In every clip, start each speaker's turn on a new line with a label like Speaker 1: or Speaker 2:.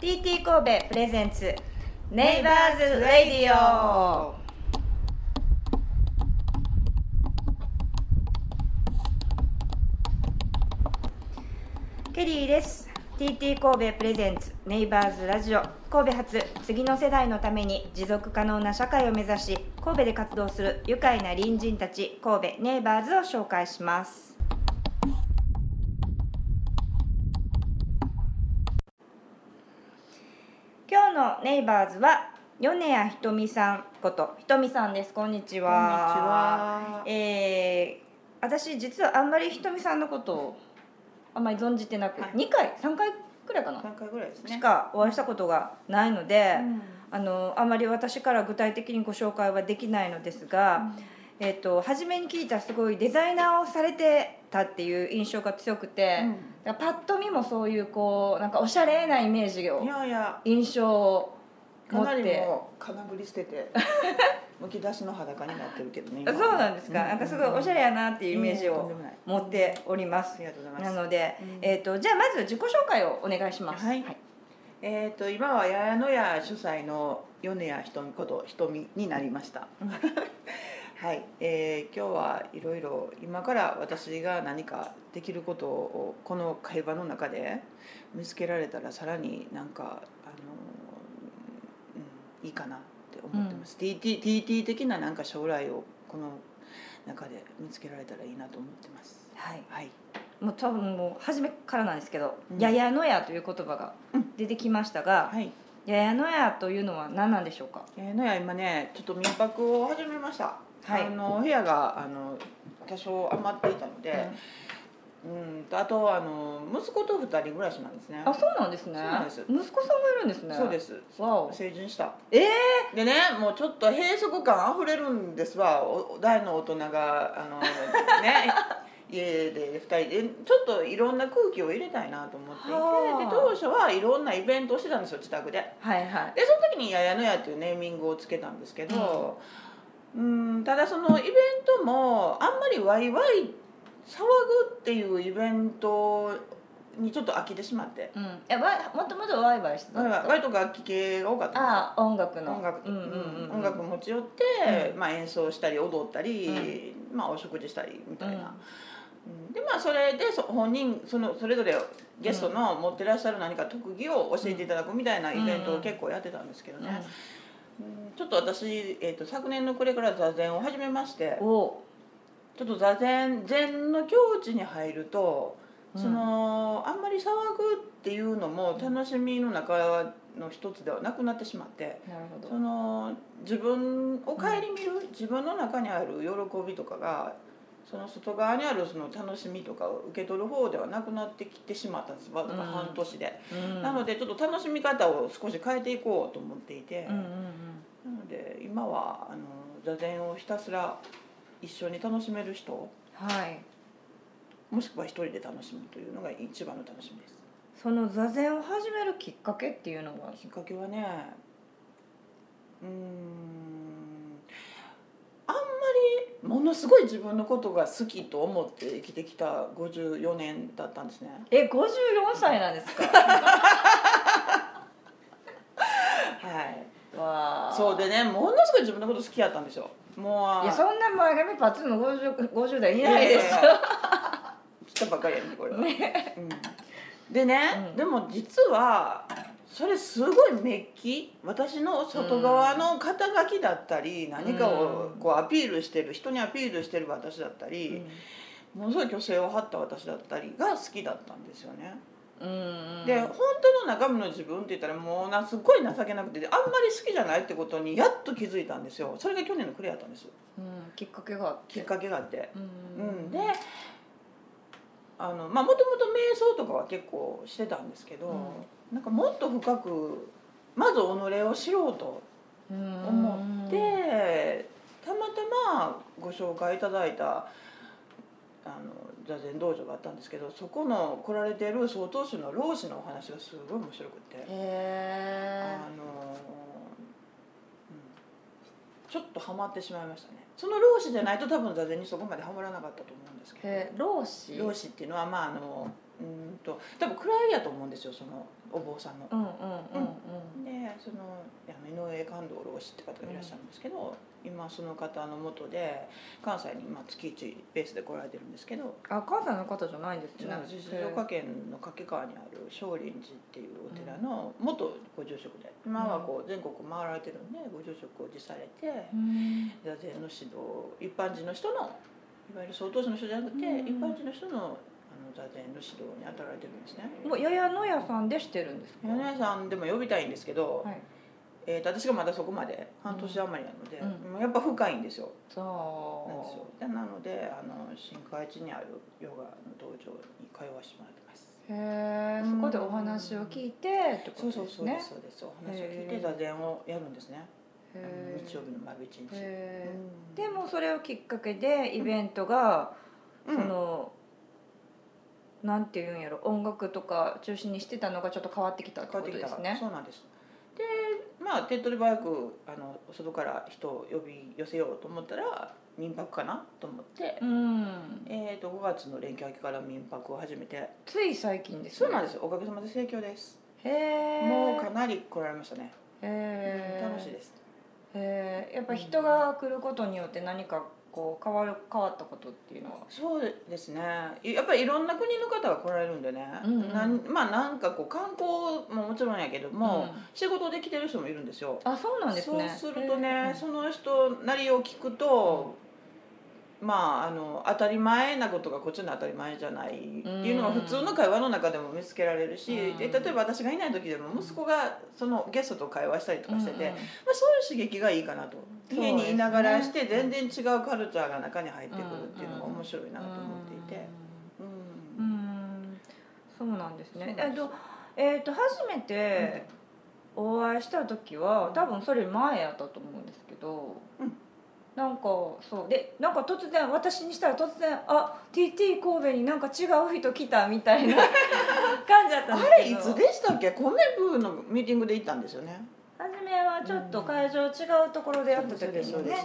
Speaker 1: TT 神戸プレゼンツネイバーズレディオケリーです TT 神戸プレゼンツネイバーズラジオ神戸発次の世代のために持続可能な社会を目指し神戸で活動する愉快な隣人たち神戸ネイバーズを紹介します今日のネイバーズは米谷ひとみさんことひとみさんですこんにち
Speaker 2: こんにち
Speaker 1: は
Speaker 2: は。
Speaker 1: えー私実はあんまりひとみさんのことをあんまり存じてなく、
Speaker 2: はい
Speaker 1: 2回3回くらいかな、
Speaker 2: 何回ぐらいですね。
Speaker 1: しかお会いしたことがないの
Speaker 2: う
Speaker 1: で、
Speaker 2: ん。
Speaker 1: あのあんまり私から具体的にご紹介はできないのです
Speaker 2: う
Speaker 1: が、
Speaker 2: ん
Speaker 1: えー、と初めに聞いたすごいデザイナーをされてたっていう印象が強くて、だからパッと見もそういうこうなんかおしゃれなイメージ
Speaker 2: うん
Speaker 1: を
Speaker 2: いやいや、
Speaker 1: 印象を持
Speaker 2: かな
Speaker 1: っ
Speaker 2: り
Speaker 1: て。
Speaker 2: もうかなぐり捨 てて、むき出しの裸になってるけどね。
Speaker 1: あ
Speaker 2: 今
Speaker 1: そうなんですか、なんかすごいおしゃれやなっていうイメージ
Speaker 2: いえいえとん
Speaker 1: を
Speaker 2: でもない
Speaker 1: 持っておりま
Speaker 2: あ
Speaker 1: す
Speaker 2: りがとうござい
Speaker 1: な
Speaker 2: ます。
Speaker 1: ので、
Speaker 2: うん
Speaker 1: えっ、とじゃあまず自己紹介をお願いします。
Speaker 2: はいえっ、と今は八重野屋主催の米谷ひとみことひとみになりました。
Speaker 1: うん
Speaker 2: はい、えー今日はいろいろ今から私が何かできることをこの会話の中で見つけられたらさらになんかあの、うん、いいかなって思ってます、TT, TT 的ななんか将来をこの中で見つけられたらいいなと思ってます
Speaker 1: はい。
Speaker 2: はい、
Speaker 1: もう多分もう初めからなんですけど、
Speaker 2: うん
Speaker 1: ややのやという言葉が出てきましたが、
Speaker 2: はい、
Speaker 1: ややのやというのは何なんでしょうか。
Speaker 2: えーのや今ねちょっと民泊を始めました、
Speaker 1: はい
Speaker 2: あのお部屋があの多少余っていたので、うんとあとあの息子と二人暮らしなんですね
Speaker 1: あ、そうなんですね。
Speaker 2: そうなんです
Speaker 1: 息子さんがいるんですね。
Speaker 2: そうです
Speaker 1: わお。
Speaker 2: 成人した
Speaker 1: ええ
Speaker 2: でねもうちょっと閉塞感あふれるんですわおお大の大人が あのね家で2人でちょっといろんな空気を入れたいなと思っていて
Speaker 1: はあ
Speaker 2: で当初はいろんなイベントをしてたんですよ自宅で
Speaker 1: はいはい。
Speaker 2: でその時に「ややのや」っていうネーミングをつけたんですけど、うん、ただそのイベントもあんまりワイワイ騒ぐっていうイベントにちょっと飽きてしまって
Speaker 1: うん。え、わい、もともとワイワイしてた
Speaker 2: ワ
Speaker 1: ん
Speaker 2: イ
Speaker 1: です
Speaker 2: ワイ
Speaker 1: か。
Speaker 2: ワイと楽器系が多かったんですよ
Speaker 1: ああ、音楽の。
Speaker 2: 音楽、
Speaker 1: うんうんうん。
Speaker 2: 音楽持ち寄って、まあ、演奏したり踊ったり、まあ、お食事したりみたいな、うんでまあそれでそ本人そのそれぞれゲストの持ってらっしゃる何か特技を教えていただくみたいなイベントを結構やってたんですけど
Speaker 1: うん。
Speaker 2: ね、うんちょっと私、えー、と昨年の暮れから座禅を始めまして
Speaker 1: うんお。
Speaker 2: ちょっと座禅禅の境地に入ると
Speaker 1: うん
Speaker 2: その、あんまり騒ぐっていうのも楽しみの中の一つではなくなってしまって。
Speaker 1: なるほど
Speaker 2: そ。の自分を顧みる、自分の中にある喜びとかがその外側にあるその楽しみとかを受け取る方ではなくなってきてしまったんですわずか
Speaker 1: うん
Speaker 2: 半年で、
Speaker 1: うん
Speaker 2: なの。でちょっと楽しみ方を少し変えていこうと思っていて
Speaker 1: う、んうんうん。
Speaker 2: なので今はあの座禅をひたすら一緒に楽しめる人
Speaker 1: はい。
Speaker 2: もしくは一人で楽しむというのが一番の楽しみです
Speaker 1: その座禅を始めるきっかけっていうのは。
Speaker 2: きっかけはねうーんあんまりものすごい自分のことが好きと思って生きてきた54年だったんですね
Speaker 1: え、五十四歳なんですか。
Speaker 2: は い
Speaker 1: わあ。
Speaker 2: そうでねものすごい自分のこと好きやったんですよもう
Speaker 1: い
Speaker 2: い
Speaker 1: やそんな前髪パツンの 50, 50代い
Speaker 2: い
Speaker 1: ないです
Speaker 2: やいや来たばかりやねこれは、うん、でね、
Speaker 1: うん
Speaker 2: でも実はそれすごいメッキ私の外側の肩書きだったり、何かをこうアピールしてる人にアピールしてる私だったり、ものすごい虚勢を張った私だったりが好きだったんですよね、
Speaker 1: うんうん
Speaker 2: で本当の中身の自分って言ったらもうなすっごい情けなくてあんまり好きじゃないってことにやっと気づいたんですよそれが去年の暮れやったんです
Speaker 1: うん、きっかけがあって
Speaker 2: きっかけがあって、
Speaker 1: う
Speaker 2: うんん、であのまあもともと瞑想とかは結構してたんですけど、
Speaker 1: う
Speaker 2: なんかもっと深くまず己を知ろうと思って、たまたまご紹介いただいたあの座禅道場があったんですけどそこの来られてる曹洞宗の老師のお話がすごい面白くって、
Speaker 1: へえ
Speaker 2: あのちょっとハマってしまいましたねその老子じゃないと多分座禅にそこまでハマらなかったと思うんですけど、
Speaker 1: えー、老子
Speaker 2: 老子っていうのはまああのうーんと多分位やと思うんですよそのお坊さんの。
Speaker 1: うんうんうんうん、
Speaker 2: でその井上勘道老師って方がいらっしゃるんですけど、今その方のもとで関西にまあ月1ベースで来られてるんですけど
Speaker 1: あ関西の方じゃないんです
Speaker 2: 静
Speaker 1: ね
Speaker 2: 岡県の掛川にある少林寺っていうお寺の元ご住職で今はこう全国回られてるんでご住職を辞されて
Speaker 1: うん
Speaker 2: 座禅の指導一般人の人のいわゆる曹洞宗の人じゃなくて
Speaker 1: うん
Speaker 2: 一般人の人のあの座禅の指導に当たられてるんですね。
Speaker 1: もうややのやさんでしてるんですか
Speaker 2: 米屋さんでも呼びたいんですけど、
Speaker 1: はい
Speaker 2: えー、と私がまだそこまで半年余りなので、
Speaker 1: う
Speaker 2: やっぱ深いんですよ。
Speaker 1: そう
Speaker 2: なんですよでなのであの新海地にあるヨガの道場に通わせてもらってます。
Speaker 1: へえそこでお話を聞いてってこと
Speaker 2: そう
Speaker 1: ですね
Speaker 2: そうそうですそうです。お話を聞い
Speaker 1: へ
Speaker 2: て
Speaker 1: ー
Speaker 2: 座禅をやるんですね。あの
Speaker 1: へー
Speaker 2: 日曜日の丸一日。
Speaker 1: へー
Speaker 2: うん
Speaker 1: でもそれをきっかけでイベントが、
Speaker 2: うん
Speaker 1: そのなんていうんやろ音楽とか中心にしてたのがちょっと変わってきたって
Speaker 2: 変
Speaker 1: こ
Speaker 2: わって
Speaker 1: と
Speaker 2: き
Speaker 1: で
Speaker 2: た
Speaker 1: すね。
Speaker 2: そうなんですでまあ手っ取り早くあの外から人を呼び寄せようと思ったら民泊かなと思って、
Speaker 1: うん、
Speaker 2: えー、と5月の連休明けから民泊を始めて
Speaker 1: つい最近ですね。
Speaker 2: そうなんですよおかげさまで盛況です、
Speaker 1: へえ。
Speaker 2: もうかなり来られましたね、
Speaker 1: へえ。
Speaker 2: 楽しいです
Speaker 1: へえ。やっぱ人が来ることによって何かこう変わる変わったことっていうのは。
Speaker 2: そうですねいやっぱりいろんな国の方が来られるんでね、
Speaker 1: うんうん
Speaker 2: なんまあなんかこう観光ももちろんやけども、
Speaker 1: うん
Speaker 2: 仕事で来てる人もいるんですよ、
Speaker 1: あ、そうなんですね。
Speaker 2: そうするとね、
Speaker 1: へー
Speaker 2: その人なりを聞くと、まああの当たり前なことがこっちの当たり前じゃないっていうのは
Speaker 1: うん
Speaker 2: 普通の会話の中でも見つけられるし、
Speaker 1: うん
Speaker 2: で例えば私がいない時でも息子がそのゲストと会話したりとかしてて、
Speaker 1: うん
Speaker 2: ま
Speaker 1: うん
Speaker 2: あ、そういう刺激がいいかなと、
Speaker 1: そうですね
Speaker 2: 家にいながらして全然違うカルチャーが中に入ってくるっていうのが面白いなと思っていて。
Speaker 1: う。
Speaker 2: うん
Speaker 1: うんんそうなんですね。
Speaker 2: そ
Speaker 1: え
Speaker 2: うなん
Speaker 1: っ
Speaker 2: です
Speaker 1: と、えっと初めてお会いした時は、
Speaker 2: うん
Speaker 1: 多分それ前やったと思うんですけど。
Speaker 2: うん
Speaker 1: なんかそうでなんか突然私にしたら突然あ TT 神戸になんか違う人来たみた いな感じだったんで
Speaker 2: あ
Speaker 1: す
Speaker 2: れ
Speaker 1: け
Speaker 2: い
Speaker 1: ど
Speaker 2: つでしたっけコメブのミーティングで行ったんですよね。
Speaker 1: 初めはちょっと会場違うところでやった時
Speaker 2: そう
Speaker 1: に
Speaker 2: です
Speaker 1: ね
Speaker 2: そうで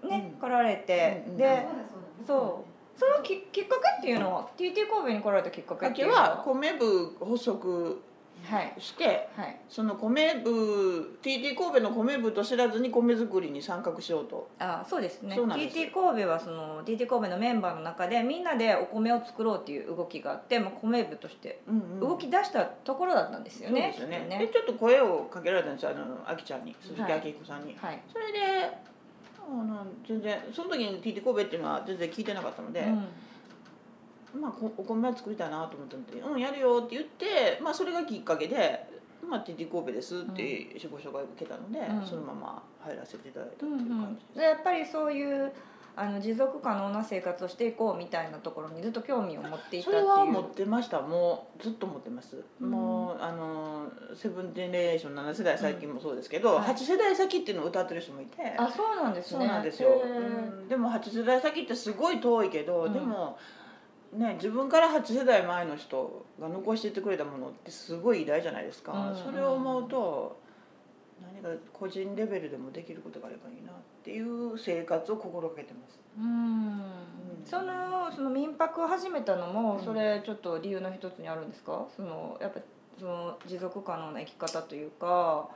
Speaker 2: す
Speaker 1: ね
Speaker 2: うん
Speaker 1: 来られて、
Speaker 2: うんうん
Speaker 1: で
Speaker 3: そ
Speaker 1: そのききっかけっていうのは TT 神戸に来られたきっかけ
Speaker 2: か
Speaker 1: って
Speaker 2: け
Speaker 1: いうの
Speaker 2: は米部発足
Speaker 1: はい
Speaker 2: して
Speaker 1: はい
Speaker 2: その米部 TT 神戸の米部と知らずに米作りに参画しようと
Speaker 1: あそうですね
Speaker 2: そうなんですよ
Speaker 1: TT 神戸はその TT 神戸のメンバーの中でみんなでお米を作ろうっていう動きがあって、まあ、米部として動き出したところだったんですよ
Speaker 2: そうで
Speaker 1: ね。
Speaker 2: すよ
Speaker 1: きっ
Speaker 2: ね
Speaker 1: と
Speaker 2: でちょっと声をかけられたんですよあのあきちゃんに鈴木
Speaker 1: はい
Speaker 2: あきひこさんに、
Speaker 1: はい、
Speaker 2: それであの全然その時に TT 神戸っていうのは全然聞いてなかったので、
Speaker 1: うん
Speaker 2: まあこお米は作りたいなと思ったので「うんやるよ」って言って、まあ、それがきっかけで「まあ、TT 神戸です」って自己紹介を受けたので、
Speaker 1: うん
Speaker 2: そのまま入らせていただいたって
Speaker 1: う
Speaker 2: い
Speaker 1: ん
Speaker 2: う
Speaker 1: うん
Speaker 2: 感じです、
Speaker 1: でやっぱりそういうあの持続可能な生活をしていこうみたいなところにずっと興味を持っていた
Speaker 2: そ
Speaker 1: ってい
Speaker 2: れ
Speaker 1: う
Speaker 2: は持ってましたもうずっと持ってます、
Speaker 1: うん
Speaker 2: もうあのセブンジェネレーション7世代最近もそうですけど、
Speaker 1: はい
Speaker 2: 8世代先っていうのを歌ってる人もいて
Speaker 1: あそうなんですね。
Speaker 2: そうなんですよ、
Speaker 1: へー
Speaker 2: うんでも8世代先ってすごい遠いけど、
Speaker 1: うん
Speaker 2: でもね自分から8世代前の人が残していってくれたものってすごい偉大じゃないですか、
Speaker 1: うん
Speaker 2: それを思うと何か個人レベルでもできることがあればいいなっていう生活を心がけてます
Speaker 1: うん
Speaker 2: うん
Speaker 1: そのその民泊を始めたのも、
Speaker 2: うん
Speaker 1: それちょっと理由の一つにあるんですかそのやっぱその持続可能な生き方というか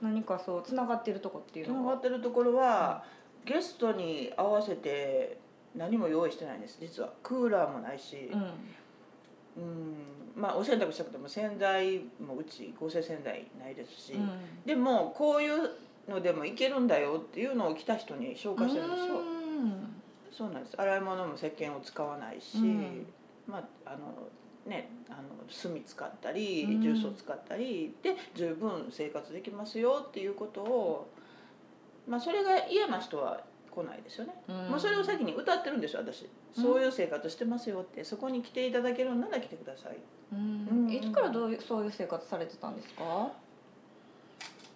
Speaker 2: うん
Speaker 1: 何かそうつながってるとこっていう
Speaker 2: つな
Speaker 1: の
Speaker 2: が
Speaker 1: が
Speaker 2: ってるところは、ゲストに合わせて何も用意してないんです実はクーラーもないし、
Speaker 1: うん
Speaker 2: うんまあお洗濯したくても洗剤もうち合成洗剤ないですし、
Speaker 1: うん
Speaker 2: でもこういうのでもいけるんだよっていうのを来た人に紹介してるんですよ、
Speaker 1: うん
Speaker 2: そうなんです洗い物も石鹸を使わないし、
Speaker 1: うん
Speaker 2: まああのねあの炭使ったり
Speaker 1: うん
Speaker 2: 重曹使ったりで十分生活できますよっていうことを、まあ、それが嫌な人は来ないですよね、
Speaker 1: うん
Speaker 2: もうそれを先に歌ってるんですよ私そういう生活してますよってそこに来ていただけるんなら来てください
Speaker 1: うん
Speaker 2: うん
Speaker 1: いつからどういうそういう生活されてたんですか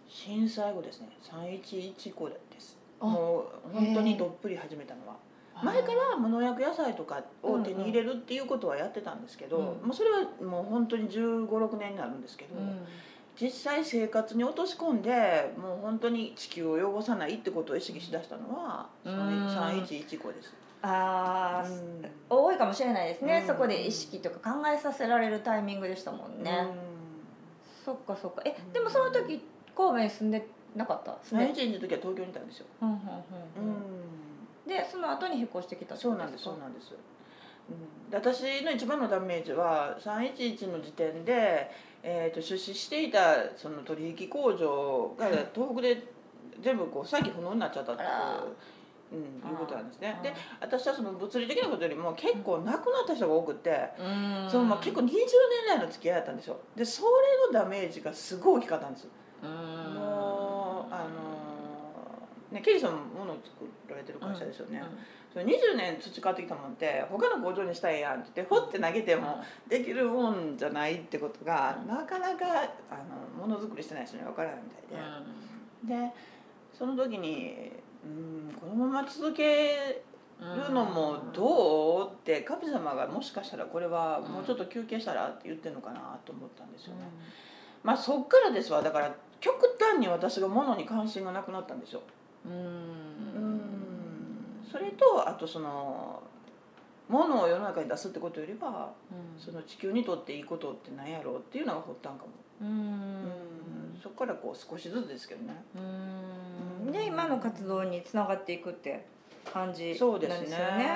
Speaker 2: 震災後ですね311以降です
Speaker 1: あ
Speaker 2: もう本当
Speaker 1: へ
Speaker 2: に
Speaker 1: え
Speaker 2: どっぷり始めたのは前か
Speaker 1: あ
Speaker 2: ら無農薬野菜とかを手に入れるっていうことはやってたんですけど、
Speaker 1: うんうん
Speaker 2: まあ、それはもう本当に1 5 6年になるんですけど、
Speaker 1: ーうん
Speaker 2: 実際生活に落とし込んでもう本当に地球を汚さないってことを意識しだしたのは
Speaker 1: うん
Speaker 2: 3115です。
Speaker 1: あー
Speaker 2: うん
Speaker 1: 多いかもしれないですね、
Speaker 2: うん
Speaker 1: そこで意識とか考えさせられるタイミングでしたもんね、そっかそっかえ
Speaker 2: うん
Speaker 1: でもその時神戸に住んでなかった
Speaker 2: うん、
Speaker 1: 住んで、
Speaker 2: 31の時は東京にいたんですよ。
Speaker 1: うんうんうん
Speaker 2: う
Speaker 1: うん
Speaker 2: ん
Speaker 1: でその後に引っ越してきたって
Speaker 2: そ
Speaker 1: こ
Speaker 2: う
Speaker 1: と
Speaker 2: なん
Speaker 1: で
Speaker 2: ですす
Speaker 1: か
Speaker 2: そうなんです、うん、で私の一番のダメージは311の時点で、えー、と出資していたその取引工場が東北で全部こう詐欺不能になっちゃったってい
Speaker 1: あら
Speaker 2: う、うん、いうことなんですね
Speaker 1: うん
Speaker 2: で私はその物理的なことよりも結構亡くなった人が多くて、
Speaker 1: うん
Speaker 2: そのまあ結構20年来の付き合いだったんですよでそれのダメージがすごい大きかったんです
Speaker 1: うん
Speaker 2: もうあのーねケリーさんも物を作られてる会社ですよね、その20年培ってきたもんって他の工場にしたいやんって言ってほって投げて
Speaker 1: で
Speaker 2: もできるもんじゃないってことがなかなかあのものづくりしてない人には分からないみたいで、でその時にうんこのまま続けるのもどうって神様がもしかしたらこれはもうちょっと休憩したらって言ってるのかなと思ったんですよね、まあそっからですわだから極端に私が物に関心がなくなったんですよ
Speaker 1: うん
Speaker 2: うんそれとあとその物を世の中に出すってことよりは
Speaker 1: うん
Speaker 2: その地球にとっていいことって何やろうっていうのが発端かも、
Speaker 1: うん
Speaker 2: うんそこからこう少しずつですけどね
Speaker 1: うんで今の活動につながっていくって感じなんです
Speaker 2: そ
Speaker 1: よ
Speaker 2: うですね
Speaker 1: ね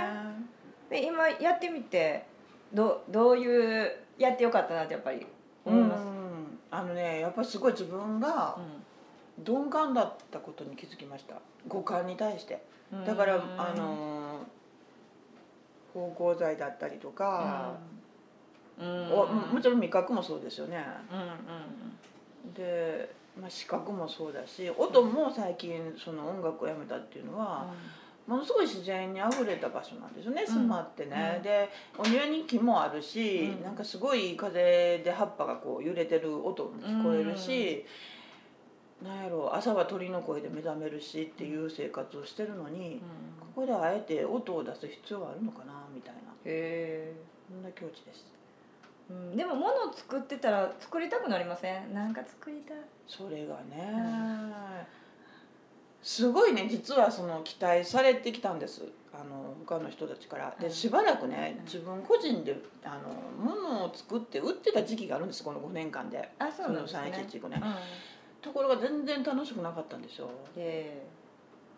Speaker 1: で今やってみてどどういうやってよかったなってやっぱり
Speaker 2: う
Speaker 1: 思います
Speaker 2: んあのねやっぱりすごい自分が鈍感だったことに気づきました五感に対して
Speaker 1: うん
Speaker 2: だから
Speaker 1: うん
Speaker 2: あの芳香剤だったりとか、
Speaker 1: うん
Speaker 2: おももちろん味覚もそうですよね
Speaker 1: うんうん
Speaker 2: で、まあ、視覚もそうだし音も最近その音楽をやめたっていうのは、ものすごい自然にあふれた場所なんですよね
Speaker 1: ん
Speaker 2: 妻ってね、
Speaker 1: うん
Speaker 2: でお庭に木もあるし、
Speaker 1: うん
Speaker 2: なんかすごい風で葉っぱがこう揺れてる音も聞こえるし、なんやろう朝は鳥の声で目覚めるしっていう生活をしてるのに、
Speaker 1: うん
Speaker 2: ここであえて音を出す必要はあるのかなみたいな
Speaker 1: へ
Speaker 2: そんな境地です。
Speaker 1: え、うん、でも物を作ってたら作りたくなりませんなんか作りたい
Speaker 2: それがね、すごいね実はその期待されてきたんですあの他の人たちから。
Speaker 1: う
Speaker 2: で
Speaker 1: ん
Speaker 2: しばらくね
Speaker 1: うん
Speaker 2: 自分個人であの物を作って売ってた時期があるんですこの5年間で
Speaker 1: あそうなんですね
Speaker 2: 311
Speaker 1: う
Speaker 2: ね
Speaker 1: ん、
Speaker 2: ところが全然楽しくなかったんですよ
Speaker 1: へえ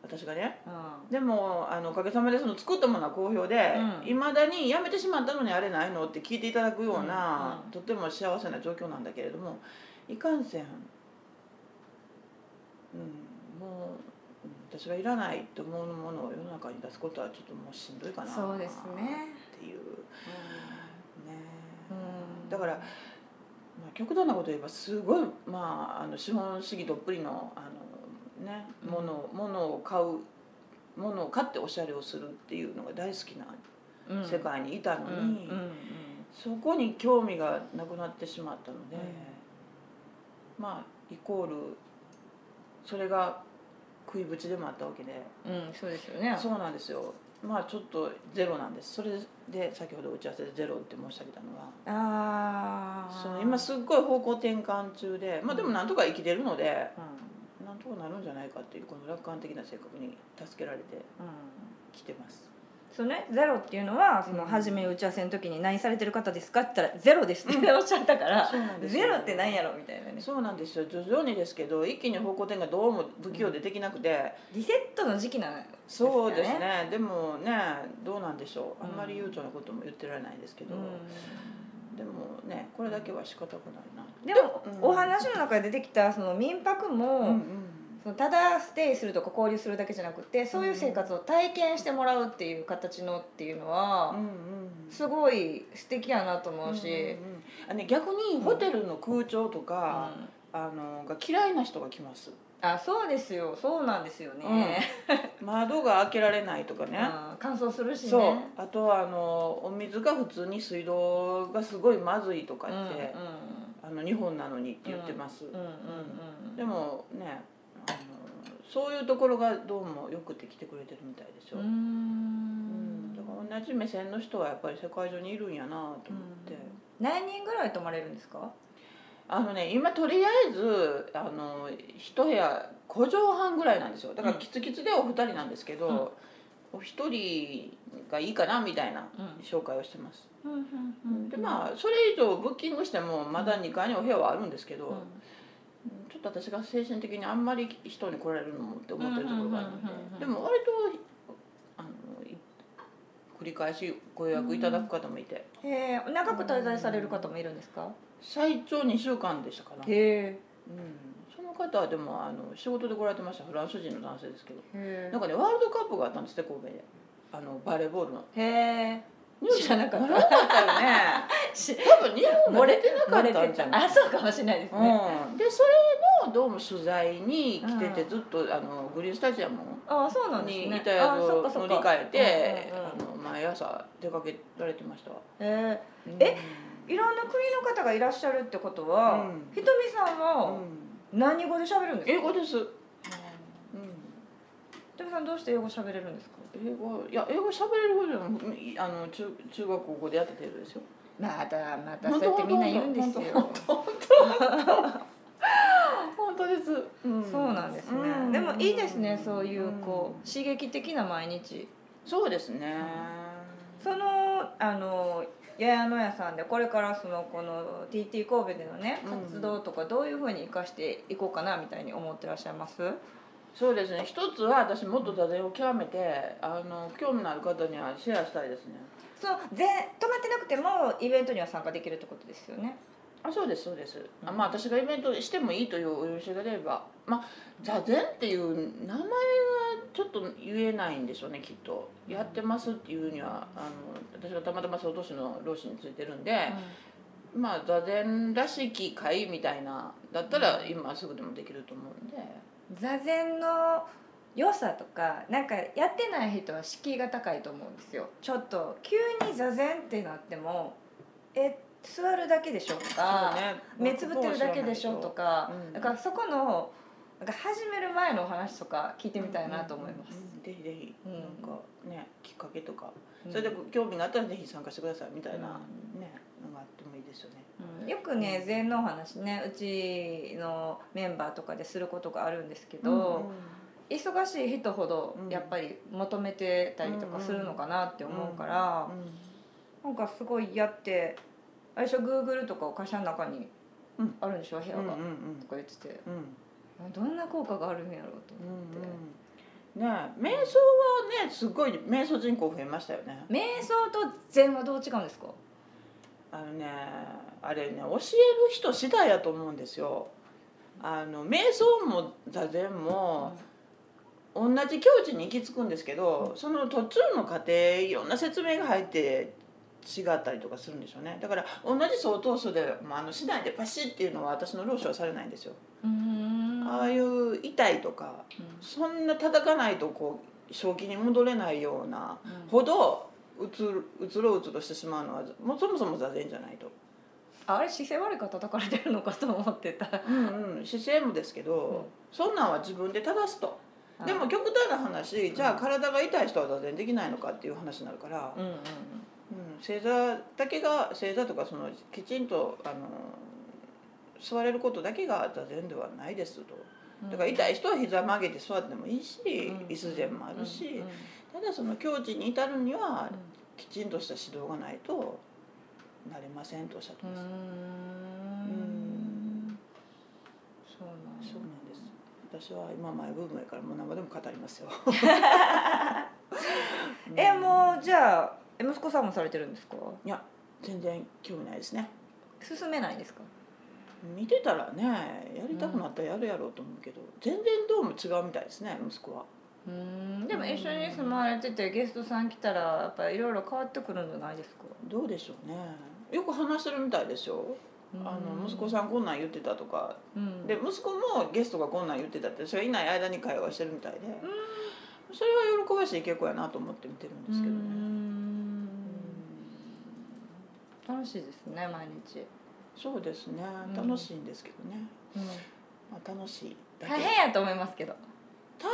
Speaker 2: 私がね。
Speaker 1: うん
Speaker 2: でもあのおかげさまでその作ったものは好評で
Speaker 1: うん
Speaker 2: いま、未だにやめてしまったのにあれないのって聞いていただくような、
Speaker 1: うんうん
Speaker 2: とっても幸せな状況なんだけれどもいかんせん、うん、もううん私がいらないと思うものを世の中に出すことはちょっともうしんどいかな
Speaker 1: そうですね
Speaker 2: っていうね、
Speaker 1: うん
Speaker 2: だから、まあ、極端なこと言えばすごい、まあ、あの資本主義どっぷりのあの、ね、
Speaker 1: うん
Speaker 2: ものものを買うものを買っておしゃれをするっていうのが大好きな
Speaker 1: うん、
Speaker 2: 世界にいた
Speaker 1: う
Speaker 2: の
Speaker 1: ん、うん
Speaker 2: に、そこに興味がなくなってしまったので、まあイコールそれが食いぶちでもあったわけで、
Speaker 1: うんうん、そうですよね
Speaker 2: そうなんですよまあちょっとゼロなんですそれで先ほど打ち合わせでゼロって申し上げたのは。
Speaker 1: ああ
Speaker 2: その今すっごい方向転換中で、まあ、でもなんとか生きてるので
Speaker 1: うん
Speaker 2: なんとかなるんじゃないかっていうこの楽観的な性格に助けられて
Speaker 1: うん
Speaker 2: きてます
Speaker 1: そうね、ゼロっていうのはその
Speaker 2: うん
Speaker 1: 初め打ち合わせの時に「何されてる方ですか?」って言ったら「ゼロです」っておっしゃったから
Speaker 2: そうな
Speaker 1: 「
Speaker 2: んですよ
Speaker 1: ゼロって何やろ?」みたいなね
Speaker 2: そうなんですよ徐々にですけど一気に方向転換どうも不器用でできなくて、
Speaker 1: リセットの時期なのよ
Speaker 2: そうです
Speaker 1: です
Speaker 2: ね
Speaker 1: か
Speaker 2: でもねどうなんでしょうあ
Speaker 1: うん
Speaker 2: んまり悠長なことも言ってられないですけど、でもねこれだけは仕方がないな
Speaker 1: でも、
Speaker 2: うん
Speaker 1: お話の中で出てきたその民泊も、
Speaker 2: うん
Speaker 1: そのただステイするとか交流するだけじゃなくてそういう生活を体験してもらうっていう形のっていうの
Speaker 2: うんう
Speaker 1: は、
Speaker 2: んうん
Speaker 1: すごい素敵やなと思うし、
Speaker 2: うんうんうんあね逆にホテルの空調とか、
Speaker 1: うん
Speaker 2: あのが嫌いな人が来ます
Speaker 1: あそうですよそうなんですよね、
Speaker 2: 窓が開けられないとか
Speaker 1: うん
Speaker 2: ね、
Speaker 1: 乾燥するしね
Speaker 2: そうあとはあのお水が普通に水道がすごいまずいとか
Speaker 1: うんうん
Speaker 2: って、あの日本なのにって言ってます、
Speaker 1: うんうんうん
Speaker 2: でもねあのそういうところがどうもよくて来てくれてるみたいです
Speaker 1: う
Speaker 2: よ、
Speaker 1: ー
Speaker 2: うん
Speaker 1: ん
Speaker 2: だから同じ目線の人はやっぱり世界中にいるんやなと思って、
Speaker 1: 何人ぐらい泊まれるんですか
Speaker 2: あのね今とりあえずあの一部屋5畳半ぐらいなんですよだから
Speaker 1: うん
Speaker 2: キツキツでお二人なんですけど、
Speaker 1: うん
Speaker 2: お一人がいいかなみたいな
Speaker 1: うん
Speaker 2: 紹介をしてます、
Speaker 1: で
Speaker 2: で
Speaker 1: まあ
Speaker 2: まあそれ以上ブッキングしてもまだ2階にお部屋はあるんですけど、ちょっと私が精神的にあんまり人に来られるのもって思ってるところがあるので、
Speaker 1: うんうんうんうんうん
Speaker 2: でも割とあのい繰り返しご予約いただく方もいて、
Speaker 1: へえ長く滞在される方もいるんですか
Speaker 2: 最長2週間でしたかな、うん、
Speaker 1: へ
Speaker 2: その方はでもあの仕事で来られてましたフランス人の男性ですけど
Speaker 1: え
Speaker 2: なんかねワールドカップがあったんですって神戸であのバレーボールの
Speaker 1: へえ
Speaker 2: ニュース
Speaker 1: 知らなかった
Speaker 2: 知らなかったよね
Speaker 1: し
Speaker 2: 多分日本が出てなかったんじゃない
Speaker 1: あそうかもしれないですね
Speaker 2: うん、でそれのどうも取材に来てて
Speaker 1: うん
Speaker 2: ずっとあのグリーンスタジアム
Speaker 1: あそうなんです
Speaker 2: に
Speaker 1: ね
Speaker 2: いたや
Speaker 1: あ
Speaker 2: つ
Speaker 1: そ
Speaker 2: を
Speaker 1: っかそ
Speaker 2: 乗
Speaker 1: っ
Speaker 2: り
Speaker 1: か
Speaker 2: 換えて
Speaker 1: うんうんうん
Speaker 2: あの毎朝出かけられてましたわ
Speaker 1: へえ
Speaker 2: え
Speaker 1: えいろんな国の方がいらっしゃるってことは、
Speaker 2: うん
Speaker 1: ひとみさんは何語で喋るんですか
Speaker 2: 英語です、うん
Speaker 1: ひとみさんどうして英語喋れるんですか
Speaker 2: 英語いや英語喋れる方じゃないあの中中学高校でやってた程度ですよ
Speaker 1: またまた
Speaker 2: 本当本本当です、うん
Speaker 1: そうなんですね、
Speaker 2: うん
Speaker 1: でもいいですねそういうこう、
Speaker 2: ん
Speaker 1: 刺激的な毎日
Speaker 2: そうですね、
Speaker 1: そのあの八重野屋さんでこれからそのこの TT 神戸でのね
Speaker 2: うん
Speaker 1: 活動とかどういうふうに生かしていこうかなみたいに思ってらっしゃいます、
Speaker 2: そうですね一つは私もっと座禅を極めてあの興味のある方にはシェアしたいですね
Speaker 1: その全泊まってなくてもイベントには参加できるってことですよね
Speaker 2: あそうですそうです、あ
Speaker 1: うん
Speaker 2: まあ私がイベントしてもいいというお許しがあればまあ座禅っていう名前がちょっと言えないんでしょうねきっとやってますっていうにはあの私がたまたま総都市の老師についてるんで、まあ座禅らしき会みたいなだったら今すぐでもできると思うんで、
Speaker 1: 座禅の良さとかなんかやってない人は敷居が高いと思うんですよちょっと急に座禅ってなってもえ座るだけでしょとか、目つぶってるだけでしょとか、
Speaker 2: うん
Speaker 1: だからそこのなんか始める前のお話とか聞いてみたいなと思います、
Speaker 2: うんうんうんぜひぜひ、
Speaker 1: うん
Speaker 2: なんかねきっかけとか、
Speaker 1: うん
Speaker 2: それで興味があったらぜひ参加してくださいみたいな、
Speaker 1: う
Speaker 2: ねのがあってもいいですよね。
Speaker 1: うんよくね禅のお話ねうちのメンバーとかですることがあるんですけど、忙しい人ほど
Speaker 2: うん
Speaker 1: やっぱり求めてたりとかするのかなって思うから、なんかすごいやってあれでしょグーグルとかを会社の中に
Speaker 2: うん
Speaker 1: あるんでしょ部屋
Speaker 2: うんうんうん
Speaker 1: が、
Speaker 2: うん
Speaker 1: とか言ってて
Speaker 2: うん
Speaker 1: どんな効果があるんやろうと
Speaker 2: うん
Speaker 1: 思って、
Speaker 2: うんね瞑想はねすごい瞑想人口増えましたよね。
Speaker 1: 瞑想と禅はどう違うんですか
Speaker 2: あのねあれね教える人次第やと思うんですよ。あの瞑想も座禅も、同じ境地に行き着くんですけどその途中の過程いろんな説明が入って違ったりとかするんでしょうねだから同じ相当数で、まあ、あの市内でパシッっていうのは私の老師はされないんですよ、
Speaker 1: うーん
Speaker 2: ああいう痛いとかそんな叩かないとこう正気に戻れないような
Speaker 1: うん
Speaker 2: ほどうつるうつろうつろしてしまうのはもうそもそも座禅じゃないと、
Speaker 1: あれ姿勢悪いから叩かれてるのかと思ってた
Speaker 2: うんうん、姿勢もですけど、そんなんは自分で正すとでも極端な話じゃあ体が痛い人は座禅できないのかっていう話になるから、
Speaker 1: うんうんうん
Speaker 2: うん、正座だけが正座とかそのきちんとあの座れることだけが座禅ではないですと
Speaker 1: うん
Speaker 2: だから痛い人は膝曲げて座ってもいいし、
Speaker 1: うん
Speaker 2: 椅子禅もあるし、
Speaker 1: うんうん
Speaker 2: ただその境地に至るには
Speaker 1: うん
Speaker 2: きちんとした指導がないとなれませんとおっしゃって
Speaker 1: うー
Speaker 2: ます、
Speaker 1: んそうなんや
Speaker 2: そうなんです私は今マイブームやからもう生でも語りますよ
Speaker 1: え
Speaker 2: うん
Speaker 1: もうじゃあえ息子さんもされてるんですか
Speaker 2: 全然興味ないですね
Speaker 1: 進めないんですか
Speaker 2: 見てたらねやりたくなったらやるやろうと思うけど、全然どうも違うみたいですね息子は
Speaker 1: うーんでも一緒に住まれててゲストさん来たらやっぱいろいろ変わってくるんじゃないですか
Speaker 2: どうでしょうねよく話してるみたいですよ、あの息子さんこんなん言ってたとか
Speaker 1: ん、うん、
Speaker 2: で息子もゲストがこんなん言ってたってそれいない間に会話してるみたいで、それは喜ばしい傾向やなと思って見てるん
Speaker 1: う
Speaker 2: で
Speaker 1: ー
Speaker 2: すけどね、うん
Speaker 1: ん楽しいですね毎日、
Speaker 2: そうですね
Speaker 1: ん
Speaker 2: 楽しいんですけどね、
Speaker 1: うん、
Speaker 2: まあ、楽しいだけ
Speaker 1: 大変やと思いますけど
Speaker 2: そ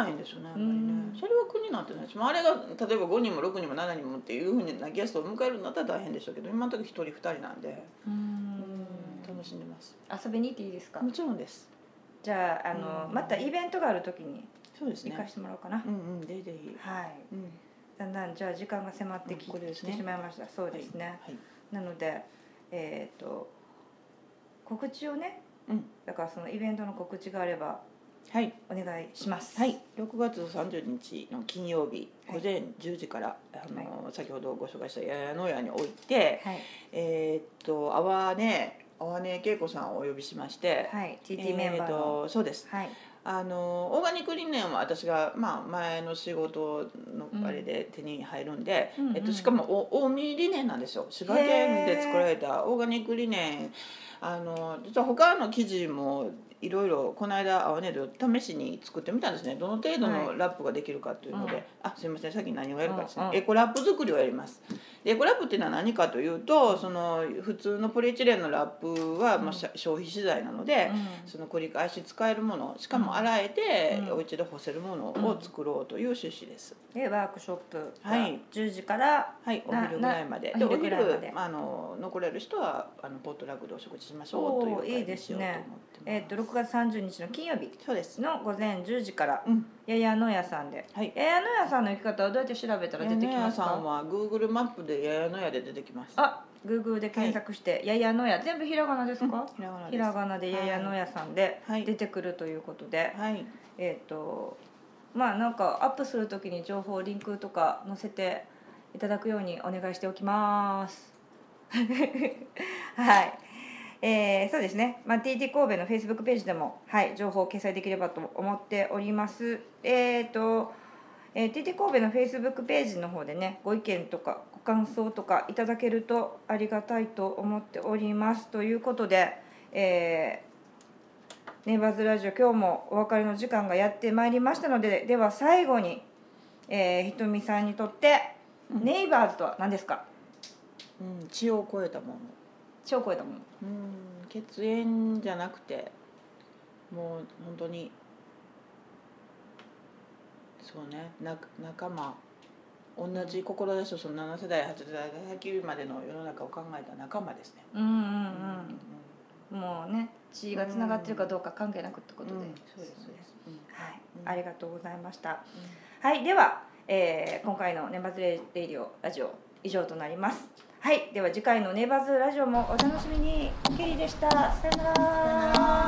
Speaker 2: うなんですよねやっぱりね、
Speaker 1: うん
Speaker 2: それは苦になってないし、まあ、あれが例えば5人も6人も7人もっていうふうなゲストを迎えるんだったら大変でしょうけど今のところ1人2人なんで、
Speaker 1: うーん
Speaker 2: 楽しんでます
Speaker 1: 遊びに行っていいですか
Speaker 2: もちろんです
Speaker 1: じゃああの、
Speaker 2: うん
Speaker 1: またイベントがある時に
Speaker 2: そうです
Speaker 1: 行か
Speaker 2: ね
Speaker 1: してもらおうかな、
Speaker 2: うんうんぜひぜひ
Speaker 1: はい
Speaker 2: うん
Speaker 1: だんだんじゃあ時間が迫ってき,、
Speaker 2: うんこれですね
Speaker 1: てしまいましたそうですね、
Speaker 2: はい
Speaker 1: なのでえっ、と告知をね、
Speaker 2: うん
Speaker 1: だからそのイベントの告知があれば
Speaker 2: はい
Speaker 1: お願いします
Speaker 2: はい、6月30日の金曜日
Speaker 1: はい
Speaker 2: 午前10時から、あの先ほどご紹介した八重の屋において、
Speaker 1: はい、
Speaker 2: えーっと阿波根阿波根恵子さんをお呼びしまして、
Speaker 1: はい、
Speaker 2: え
Speaker 1: TT メンバーの、
Speaker 2: とそうです
Speaker 1: はい
Speaker 2: あのオーガニックリネンは私が、まあ、前の仕事のあれで手に入るんで、
Speaker 1: うんうん
Speaker 2: えっと、しかもお近江リネンなんですよ滋賀県で作られたオーガニックリネンあの実は他の生地もいろいろこの間青ねる試しに作ってみたんですねどの程度
Speaker 1: は
Speaker 2: のラップができるかというので、
Speaker 1: うん
Speaker 2: あすいませんさっき何をやるかですね、
Speaker 1: うんうん
Speaker 2: エコラップ作りをやりますでエコラップっていうのは何かというとその普通のポリエチレンのラップは、まあ、しゃ消費資材なので、その繰り返し使えるものしかも洗えて、
Speaker 1: うん
Speaker 2: お家で干せるものを作ろうという趣旨です、
Speaker 1: うん、でワークショップ
Speaker 2: は
Speaker 1: が
Speaker 2: い
Speaker 1: 10時から、
Speaker 2: はいお
Speaker 1: な
Speaker 2: 昼ぐらいまで
Speaker 1: な
Speaker 2: で
Speaker 1: お
Speaker 2: お
Speaker 1: 昼ぐらいま
Speaker 2: 昼
Speaker 1: で
Speaker 2: あの残れる人はあのポートラックでお食事しまし
Speaker 1: お
Speaker 2: ょう
Speaker 1: ー
Speaker 2: という
Speaker 1: いいですね
Speaker 2: 会にしようと思ってます
Speaker 1: えっと6月30日の金曜日
Speaker 2: そうです
Speaker 1: の午前10時から
Speaker 2: うん
Speaker 1: ややのやさんで
Speaker 2: はい
Speaker 1: ややのやさんの行き方はどうやって調べたら出てき
Speaker 2: やや
Speaker 1: ます
Speaker 2: さん
Speaker 1: か
Speaker 2: は Google マップでややのやで出てきます
Speaker 1: あ Google で検索して、ややのや全部ひらがなですか
Speaker 2: ひらがなで
Speaker 1: ひ
Speaker 2: す
Speaker 1: らがなでややのやさんで
Speaker 2: はい
Speaker 1: 出てくるということで、
Speaker 2: はい
Speaker 1: えっ、とまあなんかアップするときに情報リンクとか載せていただくようにお願いしておきます。 はい。えー、そうですね、まあ、TT 神戸の Facebook ページでも、はい、情報を掲載できればと思っております。えーとえー TT 神戸の Facebook ページの方でねご意見とかご感想とかいただけるとありがたいと思っております。ということで、えーネイバーズラジオ今日もお別れの時間がやってまいりましたのででは最後に、えーひとみさんにとって、
Speaker 2: うん
Speaker 1: ネイバーズとは何ですか
Speaker 2: うん、血を超えたもの
Speaker 1: 超超えたもん
Speaker 2: うん血縁じゃなくてもう本当にそうねな仲間同じ志をその7世代8世代先までの世の中を考えた仲間ですね。
Speaker 1: うんうん
Speaker 2: う
Speaker 1: うんもうね血がつながってるかどうか関係なくってことで、
Speaker 2: うんそうですそうです。うん
Speaker 1: はい、
Speaker 2: うん
Speaker 1: ありがとうございましたはいでは、えー今回のネバズレレディオラジオ以上となりますはいでは次回のネバズラジオもお楽しみにケリーでしたさよなら